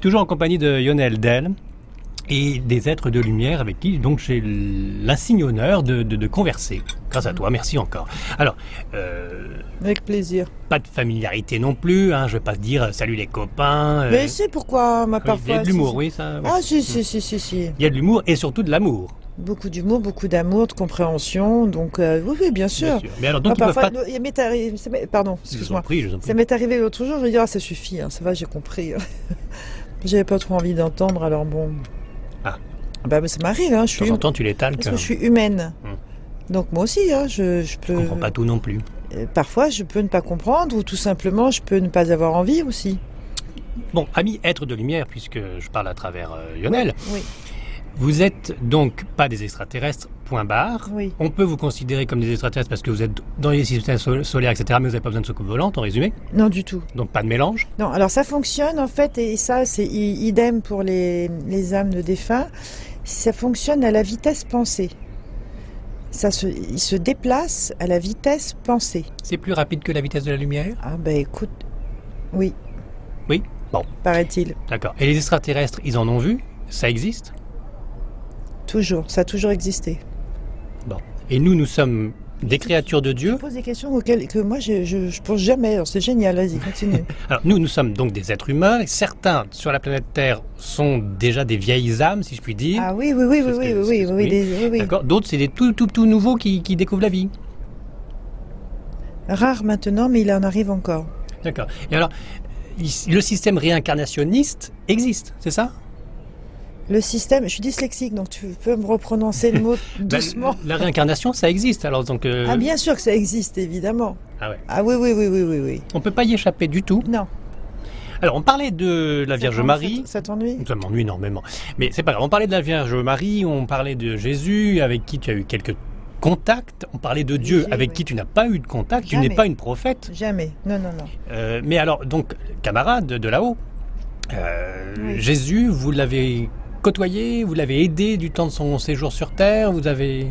toujours en compagnie de Lionel Dell et des êtres de lumière avec qui donc j'ai l'insigne honneur de, de- de converser. Grâce à toi, merci encore. Alors, euh, Avec plaisir. pas de familiarité non plus, hein, je vais pas te dire euh, salut les copains. euh, Mais c'est pourquoi ma oui, il y parfois. a de l'humour, c'est- oui, ça. oui. Ah, si, si, si, si, si. Il y a de l'humour et surtout de l'amour. Beaucoup d'humour, beaucoup d'amour, de compréhension. Donc, euh, oui, oui, bien sûr. bien sûr. Mais alors, donc, Ah, ils peuvent parfois, pas. nous- il m'est arrivé- ça m'est- Pardon, Je vous en excuse-moi. prie, je vous en prie. Ça m'est arrivé l'autre jour, je me dis, ah, ça suffit, hein, ça va, j'ai compris. J'avais pas trop envie d'entendre, alors bon. Ah. Bah, mais ça m'arrive, hein, je De suis, temps en temps, tu l'étales, parce que que je suis humaine. Hum. Donc, moi aussi, hein, je, je peux. je comprends pas tout non plus. Euh, Parfois, je peux ne pas comprendre, ou tout simplement, je peux ne pas avoir envie aussi. Bon, ami être de lumière, puisque je parle à travers euh, Lionel, Oui. vous êtes donc pas des extraterrestres, point barre. Oui. On peut vous considérer comme des extraterrestres parce que vous êtes dans les systèmes sol- solaires, etc., mais vous n'avez pas besoin de soucoupe volante, en résumé. Non, du tout. Donc pas de mélange. Non, alors ça fonctionne en fait, et ça c'est i- idem pour les, les âmes de défunts, ça fonctionne à la vitesse pensée. Ça se, il se déplace à la vitesse pensée. C'est plus rapide que la vitesse de la lumière. Ah ben écoute, oui. Oui, bon. Paraît-il, D'accord. Et les extraterrestres, ils en ont vu Ça existe toujours, ça a toujours existé. Bon. Et nous, nous sommes des créatures de Je Dieu. pose des questions auxquelles que moi je, je, je pense jamais, alors c'est génial, vas-y, continue. Alors nous, nous sommes donc des êtres humains. et Certains sur la planète Terre sont déjà des vieilles âmes, si je puis dire. ah oui, oui, oui, C'est oui, ce oui, que- oui, c'est oui, ce que- oui, oui. des- oui, oui. D'accord. D'autres, c'est des tout, tout, tout nouveaux qui, qui découvrent la vie. Rare maintenant, mais il en arrive encore. D'accord. Et alors, il- le système réincarnationniste existe, c'est ça Le système, je suis dyslexique, donc tu peux me reprononcer le mot Ben, doucement. la réincarnation, ça existe. Alors donc, euh, Ah bien sûr que ça existe, évidemment. Ah ouais. Ah oui, oui, oui, oui, oui, oui. on peut pas y échapper du tout. Non. Alors, on parlait de la Vierge Ça t'en- Marie. Ça t'ennuie Ça m'ennuie énormément. Mais c'est pas grave. On parlait de la Vierge Marie, on parlait de Jésus, avec qui tu as eu quelques contacts. On parlait de Dieu, Léger, avec oui. qui tu n'as pas eu de contact. Tu Jamais. n'es pas une prophète. Jamais. Non, non, non. Euh, mais alors, donc, camarade de là-haut, euh, Oui. Jésus, vous l'avez côtoyé, vous l'avez aidé du temps de son séjour sur Terre, vous avez...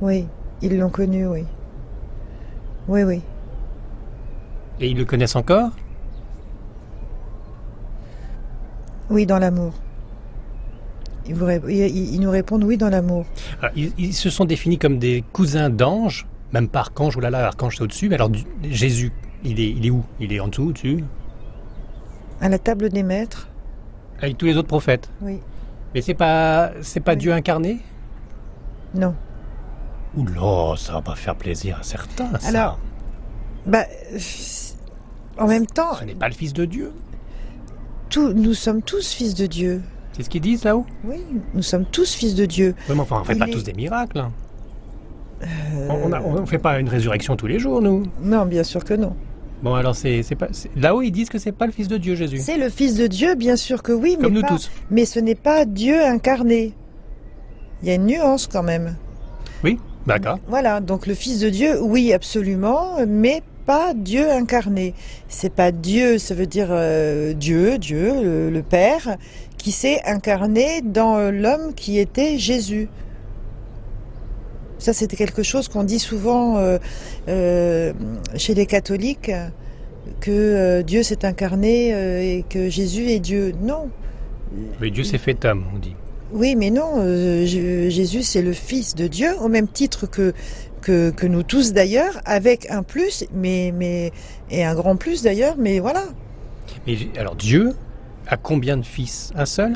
Oui, ils l'ont connu, oui. Oui, oui. Et ils le connaissent encore Oui, dans l'amour. Ils, vous ré- ils- ils- ils nous répondent oui dans l'amour. Alors, Ah, ils, ils se sont définis comme des cousins d'anges, même pas archange, ou là là, archange c'est au-dessus, mais alors du- Jésus, il est, il est où Il est en dessous, au-dessus À la table des maîtres, Avec tous les autres prophètes. oui. Mais c'est pas, c'est pas Oui. Dieu incarné Non. Oula, ça va pas faire plaisir à certains, ça. Alors, Bah, euh, c'est- en même temps, Ce n'est pas le fils de Dieu. tous- nous sommes tous fils de Dieu. C'est ce qu'ils disent là-haut Oui, nous sommes tous fils de Dieu. Oui, mais enfin, on fait Il pas est- tous des miracles. hein. Euh, On a- on fait pas une résurrection tous les jours, nous. Non, bien sûr que non. Bon, alors c'est c'est pas. c'est- Là-haut, ils disent que c'est pas le Fils de Dieu, Jésus. C'est le fils de Dieu, bien sûr que oui, mais Comme nous pas- tous. Mais ce n'est pas Dieu incarné. Il y a une nuance quand même. Oui, d'accord. Voilà, donc le Fils de Dieu, oui, absolument, mais pas Dieu incarné. C'est pas Dieu, ça veut dire euh, Dieu, Dieu, le, le Père, qui s'est incarné dans euh, l'homme qui était Jésus. Ça, c'était quelque chose qu'on dit souvent euh, euh, chez les catholiques, que euh, Dieu s'est incarné euh, et que Jésus est Dieu. Non, Mais Dieu s'est fait homme, on dit. oui, mais non, euh, J- Jésus c'est le Fils de Dieu, au même titre que, que, que nous tous d'ailleurs, avec un plus, mais, mais, et un grand plus d'ailleurs, mais voilà. Mais J- alors Dieu a combien de fils Un seul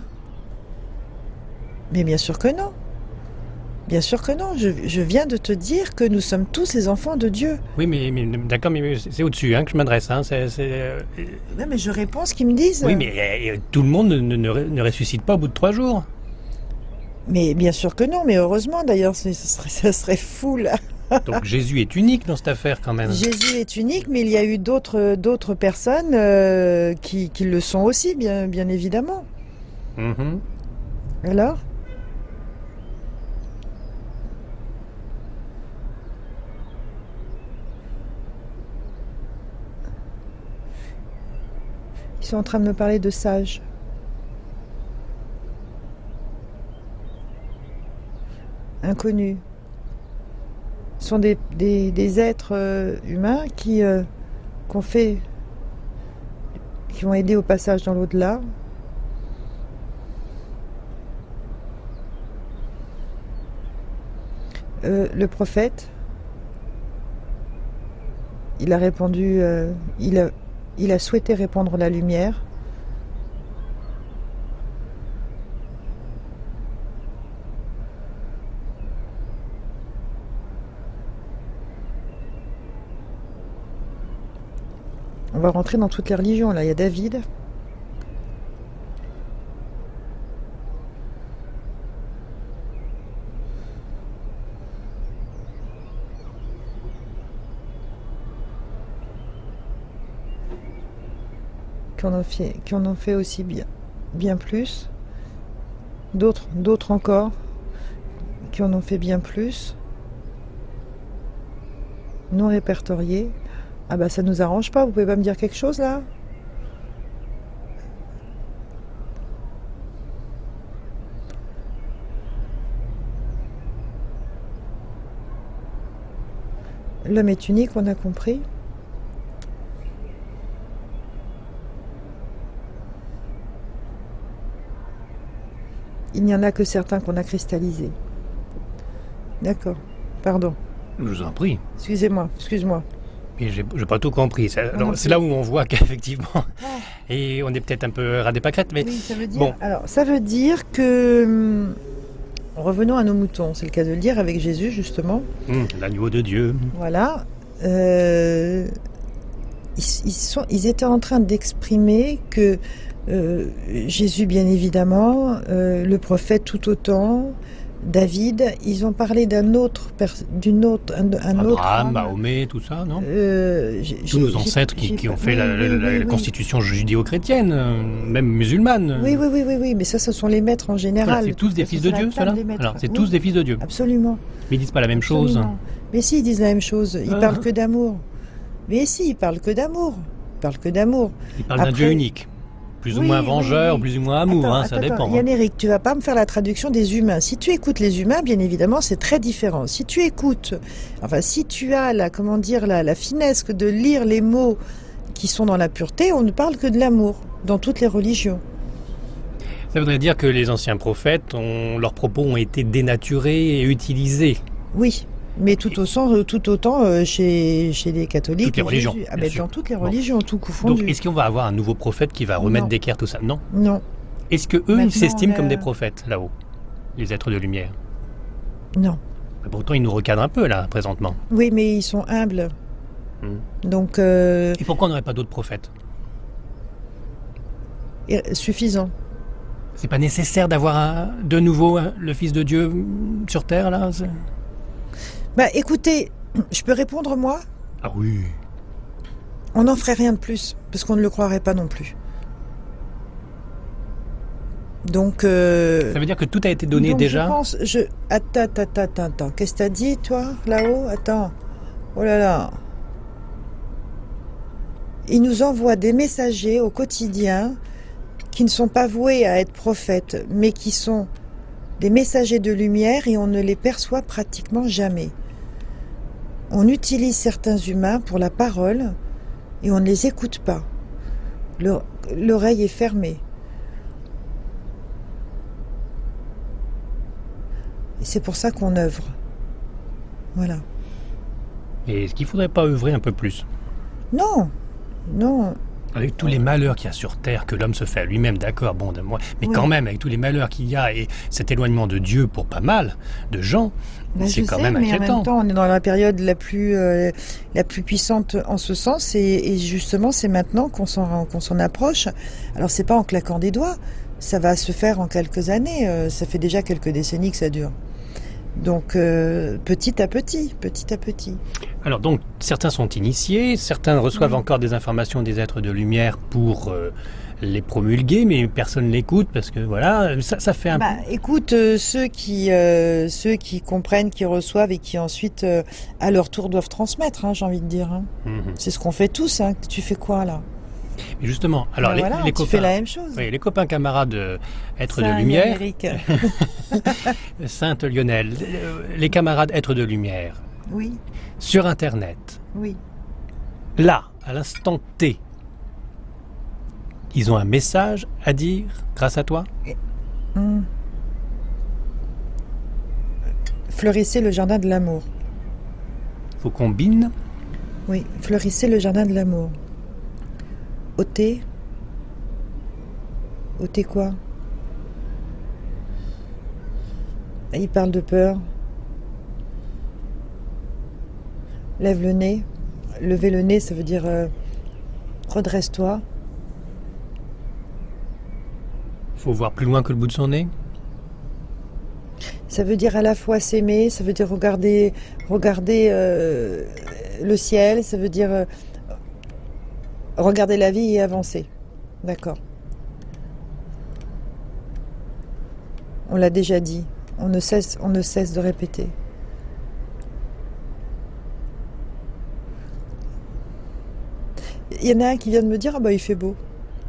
Mais bien sûr que non. Bien sûr que non, je, je viens de te dire que nous sommes tous les enfants de Dieu. Oui, mais, mais- d'accord, mais- mais c'est c'est au-dessus hein, que je m'adresse. hein, c'est- c'est, euh, Non, mais je réponds ce qu'ils me disent. Oui, mais euh, euh, tout le monde ne, ne- ne ré- ne ressuscite pas au bout de trois jours. Mais bien sûr que non, mais heureusement d'ailleurs, ce ce serait, ça serait fou là. Donc Jésus est unique dans cette affaire quand même. Jésus est unique, mais il y a eu d'autres d'autres personnes euh, qui, qui le sont aussi, bien, bien évidemment. Mhm. Alors Ils sont en train de me parler de sages. Inconnus. Ce sont des, des- des êtres euh, humains qui, euh, qu'on fait, qui qui m'ont aidé au passage dans l'au-delà. Euh, le prophète, il a répondu, euh, il, a, il a souhaité répandre la lumière. On va rentrer dans toutes les religions. Là, il y a David. Qui en ont fait, qui en ont fait aussi bien, bien plus. D'autres, d'autres encore qui en ont fait bien plus. Non répertoriés. Ah bah ça nous arrange pas, vous pouvez pas me dire quelque chose là L'homme est unique, on a compris. Il n'y en a que certains qu'on a cristallisés. D'accord, pardon. Je vous en prie. Excusez-moi, excuse-moi. Mais j'ai j'ai pas tout compris. Ça- alors, non Ah. C'est là où on voit qu'effectivement, et on est peut-être un peu ras des pâquerettes, mais Oui, ça veut dire. bon. Alors, ça veut dire que. hum, Revenons à nos moutons, c'est le cas de le dire avec Jésus justement. hum, l'agneau de Dieu. Voilà. Euh, ils, ils sont, ils étaient en train d'exprimer que euh, Jésus, bien évidemment, euh, le prophète tout autant, David, ils ont parlé d'un autre, pers- d'une autre, un, un autre. Abraham, homme. Mahomet, tout ça, non Euh, j'ai- Tous j'ai- nos j'ai- ancêtres qui, j'ai qui pas- ont fait oui, la, la- oui, la- oui, la oui. constitution judéo-chrétienne, euh, même musulmane. Oui, oui, oui, oui, oui, mais ça, ce sont les maîtres en Voilà, général. c'est tous des Ce fils sont de la Dieu, table ceux-là des maîtres. Alors, c'est Oui, tous des fils de Dieu. Absolument. Mais ils disent pas la même chose. Absolument. Mais si, ils disent la même chose. Ils Ah. parlent que d'amour. Mais si, ils parlent que d'amour. Ils parlent que d'amour. Ils parlent d'un Après- Dieu unique. Plus ou Oui, moins oui, vengeur, oui. plus ou moins amour, Attends, hein, ça attends, dépend. attends. hein. Yann Eric, tu vas pas me faire la traduction des humains. Si tu écoutes les humains, bien évidemment, c'est très différent. Si tu écoutes, enfin, si tu as la, comment dire, la, la finesse que de lire les mots qui sont dans la pureté, on ne parle que de l'amour dans toutes les religions. Ça voudrait dire que les anciens prophètes, ont- leurs propos ont été dénaturés et utilisés. Oui. Mais tout, au sens, tout autant euh, chez, chez les catholiques. Toutes les et religions, Jésus. Ah, bien ben, sûr. dans toutes les Bon. religions, tout Donc, confondu. est-ce qu'on va avoir un nouveau prophète qui va remettre Non. d'équerre tout ça Non. non. Est-ce que eux, Maintenant, ils s'estiment on comme a- des prophètes là-haut, les êtres de lumière Non. Mais Pourtant, ils nous recadrent un peu là présentement. Oui, mais ils sont humbles. Hmm. Donc, euh, Et pourquoi on n'aurait pas d'autres prophètes et- suffisant. C'est pas nécessaire d'avoir un- de nouveau un- le Fils de Dieu mm, sur terre là c'est- Bah, écoutez, je peux répondre moi Ah oui. On n'en ferait rien de plus, parce qu'on ne le croirait pas non plus. Donc, euh, Ça veut dire que tout a été donné donc déjà. Je pense, je. Attends, attends, attends, attends. Qu'est-ce que t'as dit, toi, là-haut Attends. Oh là là. Il nous envoie des messagers au quotidien qui ne sont pas voués à être prophètes, mais qui sont des messagers de lumière et on ne les perçoit pratiquement jamais. On utilise certains humains pour la parole et on ne les écoute pas. L'or- L'oreille est fermée. Et c'est pour ça qu'on œuvre. Voilà. Et est-ce qu'il faudrait pas œuvrer un peu plus Non, non, Avec tous les malheurs qu'il y a sur Terre, que l'homme se fait à lui-même, d'accord, bon, de moi, mais Oui. quand même, avec tous les malheurs qu'il y a et cet éloignement de Dieu pour pas mal de gens, Ben, c'est je quand sais, même mais en inquiétant. même temps, on est dans la période la plus, euh, la plus puissante en ce sens, et, et justement, c'est maintenant qu'on s'en, qu'on s'en approche. Alors, c'est pas en claquant des doigts, ça va se faire en quelques années. euh, ça fait déjà quelques décennies que ça dure. Donc, euh, petit à petit, petit à petit. Alors donc, certains sont initiés, certains reçoivent Oui. encore des informations des êtres de lumière pour euh, les promulguer, mais personne l'écoute parce que voilà, ça, ça fait un Bah, écoute, euh, ceux qui, euh, ceux qui comprennent, qui reçoivent et qui ensuite, euh, à leur tour, doivent transmettre. hein, j'ai envie de dire. hein. Mhm. C'est ce qu'on fait tous. hein. Tu fais quoi là Mais Justement, alors Ben les, voilà, les tu copains, fais la même chose. oui, les copains camarades euh, êtres Ça, de Yann lumière, Eric. Sainte Lionel, euh, les camarades êtres de lumière, Oui, sur Internet, oui. là, à l'instant T, Ils ont un message à dire grâce à toi Hmm. Fleurissez le jardin de l'amour. Faut qu'on bine Oui, fleurissez le jardin de l'amour. Ôtez. Ôtez quoi Il parle de peur. Lève le nez. Lever le nez, ça veut dire euh, redresse-toi. Faut voir plus loin que le bout de son nez Ça veut dire à la fois s'aimer, ça veut dire regarder, regarder euh, le ciel, ça veut dire euh, regarder la vie et avancer. D'accord. On l'a déjà dit. On ne cesse, on ne cesse de répéter. Il y en a un qui vient de me dire ah bah il fait beau.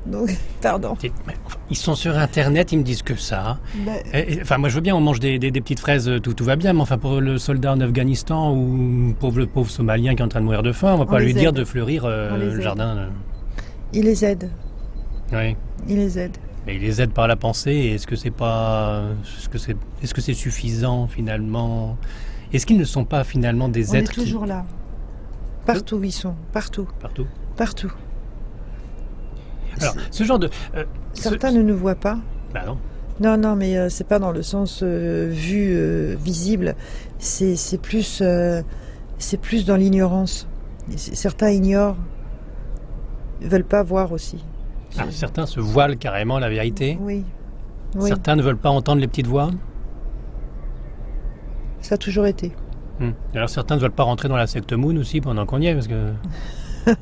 Donc pardon. C'est- mais, enfin, Ils sont sur Internet, ils me disent que ça. Bah, Et- et- Enfin, moi je veux bien, on mange des, des- des petites fraises, euh, tout, tout va bien, mais enfin pour le soldat en Afghanistan ou pour le pauvre Somalien qui est en train de mourir de faim, on va On pas les lui aide. dire de fleurir euh, On les le aide. jardin. euh. il les aide. Oui. Il les aide. Mais il les aide par la pensée. et Est-ce que c'est pas, est-ce que c'est, est-ce que c'est suffisant finalement Est-ce qu'ils ne sont pas finalement des On est êtres qui- toujours là. Partout où ils sont, partout, partout partout. Alors, ce genre de, euh, ce- Certains ne nous voient pas. Bah non. Non, non, mais euh, c'est pas dans le sens euh, vu, euh, visible. C'est c'est plus, euh, c'est plus dans l'ignorance. Et c- Certains ignorent, Ils veulent pas voir aussi. Ah, certains se voilent carrément la vérité. Oui, oui, Certains ne veulent pas entendre les petites voix. ça a toujours été. Hmm. Alors certains ne veulent pas rentrer dans la secte Moon aussi pendant qu'on y est, parce que.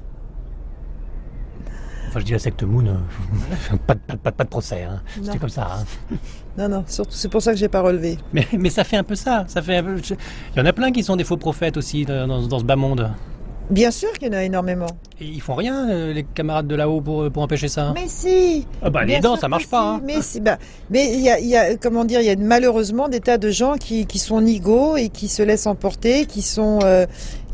enfin, je dis la secte Moon, euh, pas, de- pas de- pas de- pas de procès. Hein. Non. C'était comme ça. hein. Non, non, surtout c'est pour ça que j'ai pas relevé. Mais, mais ça fait un peu ça. Ça fait. un peu- je- Il y en a plein qui sont des faux prophètes aussi dans, dans- dans ce bas monde. Bien sûr qu'il y en a énormément. Et ils font rien, euh, les camarades de là-haut, pour, pour empêcher ça. Mais si. Ah bah, les Bien dents, sûr ça que marche si, pas. hein. Mais si, bah, mais il y a, il y a, comment dire, il y a malheureusement des tas de gens qui, qui sont nigauds et qui se laissent emporter, qui sont, euh,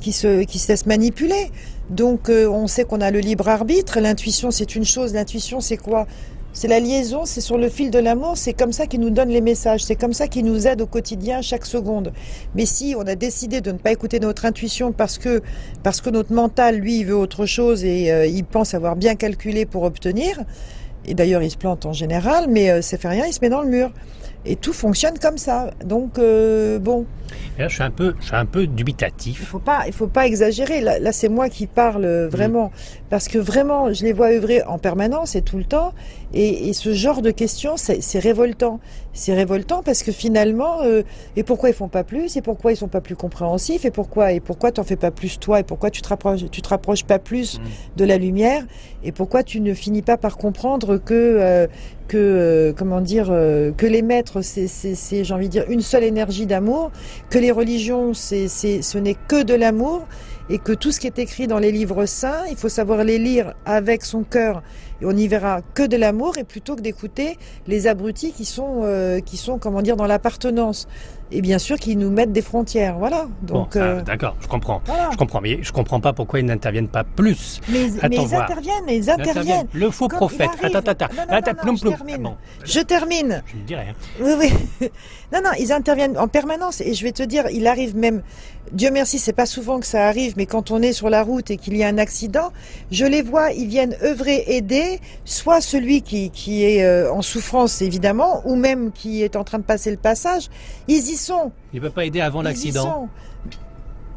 qui se, qui se laissent manipuler. Donc, euh, on sait qu'on a le libre arbitre. L'intuition, c'est une chose. L'intuition, c'est quoi C'est la liaison. C'est sur le fil de l'amour. C'est comme ça qu'il nous donne les messages. C'est comme ça qu'il nous aide au quotidien, chaque seconde. Mais si on a décidé de ne pas écouter notre intuition parce que, parce que notre mental, lui, il veut autre chose et euh, il pense avoir bien calculé pour obtenir. Et d'ailleurs, il se plante en général, mais euh, ça fait rien, il se met dans le mur. Et tout fonctionne comme ça. Donc, euh, bon, hein. Et là, je suis un peu, je suis un peu il dubitatif. faut pas, il faut pas exagérer. Là, là, c'est moi qui parle euh, vraiment. Parce que vraiment, je les vois œuvrer en permanence et tout le temps. Et, et ce genre de questions, c'est c'est révoltant. C'est révoltant parce que finalement, euh, et pourquoi ils font pas plus Et pourquoi ils sont pas plus compréhensifs Et pourquoi Et pourquoi t'en fais pas plus toi Et pourquoi tu te rapproches, tu te rapproches pas plus Mm. de la lumière Et pourquoi tu ne finis pas par comprendre que euh, que euh, comment dire euh, que les maîtres, c'est c'est- c'est, j'ai envie de dire une seule énergie d'amour que les religions, c'est, c'est, ce n'est que de l'amour et que tout ce qui est écrit dans les livres saints, il faut savoir les lire avec son cœur et on n'y verra que de l'amour et plutôt que d'écouter les abrutis qui sont, euh, qui sont comment dire, dans l'appartenance. Et bien sûr qu'ils nous mettent des frontières, voilà. Bon, Donc, ah, euh, d'accord, je comprends. voilà. Je comprends, mais je comprends pas pourquoi ils n'interviennent pas plus. Mais, mais Attends ils voir. interviennent, ils interviennent. Le faux Quand il prophète. arrive- Attends, attends, Non, attends. non, non, Attends, non, ploum, je ploum. termine. Ah bon, Je termine. je le dirai. hein. Oui, oui. Non, non, ils interviennent en permanence et je vais te dire, il arrive même, Dieu merci, c'est pas souvent que ça arrive, mais quand on est sur la route et qu'il y a un accident, je les vois, ils viennent œuvrer, aider, soit celui qui, qui est euh, en souffrance évidemment, ou même qui est en train de passer le passage, ils y sont. Il peut pas aider avant Ils y l'accident. sont.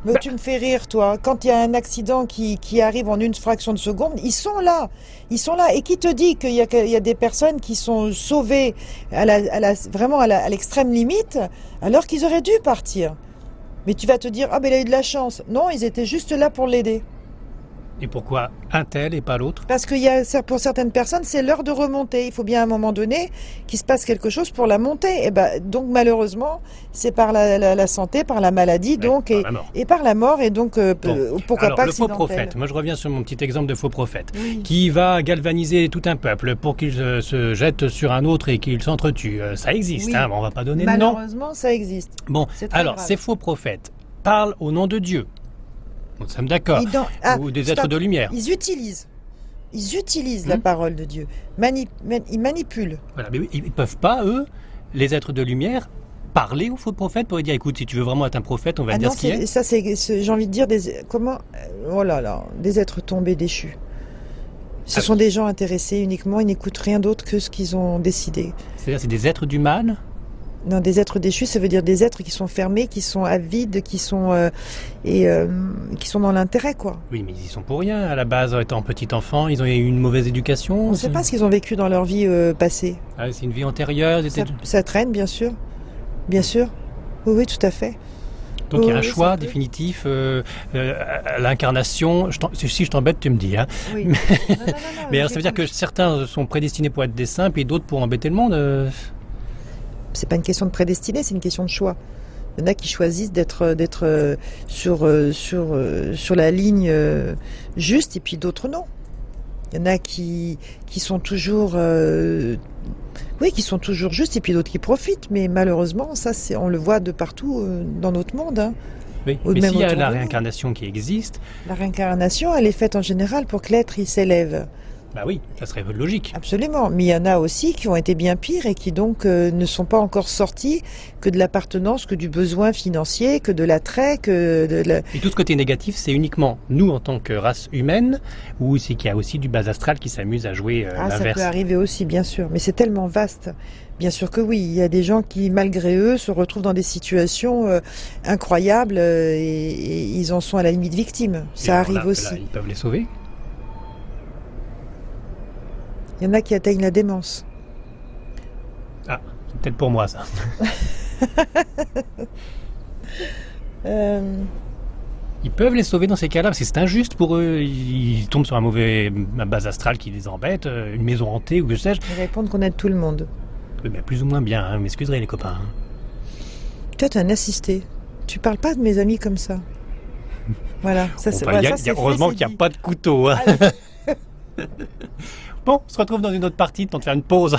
Mais tu me fais rire, toi. Quand il y a un accident qui, qui arrive en une fraction de seconde, ils sont là. Ils sont là. Et qui te dit qu'il y a, qu'il y a des personnes qui sont sauvées à la, à la- vraiment à la- à l'extrême limite, alors qu'ils auraient dû partir Mais tu vas te dire, ah, ben il a eu de la chance. Non, ils étaient juste là pour l'aider. Et pourquoi un tel et pas l'autre Parce que il y a, pour certaines personnes, c'est l'heure de remonter. Il faut bien à un moment donné qu'il se passe quelque chose pour la montée. Et ben, donc, malheureusement, c'est par la, la- la santé, par la maladie, donc, Ouais, et, par la mort. et par la mort, et donc euh, p- Bon. pourquoi Alors, pas le faux accidentelle. prophète. Moi, je reviens sur mon petit exemple de faux prophète, qui va galvaniser tout un peuple pour qu'il euh, se jette sur un autre et qu'il s'entretue. Euh, ça existe, Oui. hein, mais on va pas donner de nom. Malheureusement, ça existe. Bon, c'est très alors, grave. ces faux prophètes parlent au nom de Dieu. Nous sommes d'accord. Ils dans- ah, Ou des stop. êtres de lumière. Ils utilisent. Ils utilisent la Mhm. parole de Dieu. Mani- man- ils manipulent. Voilà, mais ils ne peuvent pas, eux, les êtres de lumière, parler aux faux prophètes pour lui dire écoute, si tu veux vraiment être un prophète, on va Ah te Bah, dire non, ce qui c'est- est. ça c'est, c'est- j'ai envie de dire des comment euh, oh là là, des êtres tombés déchus. Ce Ah sont des gens intéressés uniquement, ils n'écoutent rien d'autre que ce qu'ils ont décidé. C'est-à-dire, c'est des êtres du mal Non, des êtres déchus, ça veut dire des êtres qui sont fermés, qui sont avides, qui sont euh, et euh, qui sont dans l'intérêt quoi. Oui, mais ils y sont pour rien. À la base, en étant petit enfant, ils ont eu une mauvaise éducation. On ne sait c'est- pas ce qu'ils ont vécu dans leur vie euh, passée. Ah, c'est une vie antérieure. ils Ça, étaient- ça traîne bien sûr, bien sûr. Oui, oui, tout à fait. Donc il y a un oui, ça choix peut. définitif euh, euh, à l'incarnation. Je t'en- si je t'embête, tu me dis. hein. Oui. Mais alors, ça veut dire que certains sont prédestinés pour être des saints, et d'autres pour embêter le monde. euh. c'est pas une question de prédestiné, c'est une question de choix. Il y en a qui choisissent d'être d'être euh, sur euh, sur euh, sur la ligne euh, juste et puis d'autres non. Il y en a qui qui sont toujours euh, oui, qui sont toujours justes et puis d'autres qui profitent, mais malheureusement, ça c'est on le voit de partout euh, dans notre monde. hein. Oui. Ou Mais même s'il y a autour la de nous. réincarnation qui existe, La réincarnation, elle est faite en général pour que l'être il s'élève. bah oui, ça serait logique. Absolument, mais il y en a aussi qui ont été bien pires et qui donc euh, ne sont pas encore sortis que de l'appartenance, que du besoin financier, que de l'attrait, que de la... Et tout ce côté négatif, c'est uniquement nous en tant que race humaine, ou c'est qu'il y a aussi du bas astral qui s'amuse à jouer euh, Ah, ça peut l'inverse. arriver aussi, bien sûr, mais c'est tellement vaste. Bien sûr que oui, il y a des gens qui, malgré eux, se retrouvent dans des situations euh, incroyables euh, et, et ils en sont à la limite victimes. Et Ça alors arrive là, aussi. là, ils peuvent les sauver. Il y en a qui atteignent la démence. C'est peut-être pour moi ça. Euh, Ils peuvent les sauver dans ces cas-là, parce que c'est injuste pour eux. Ils tombent sur un mauvais un base astral qui les embête, euh, une maison hantée ou que sais-je. ils répondent qu'on aide tout le monde. Oui, mais plus ou moins bien, hein, vous m'excuserez les copains. hein. Toi, t'es un assisté. Tu parles pas de mes amis comme ça. Voilà, ça Bon, c'est bah, voilà, il y a- ça, il y c'est a- fait, heureusement c'est qu'il n'y dit. a pas de couteau. hein. hein. bon, on se retrouve dans une autre partie, le temps de faire une pause.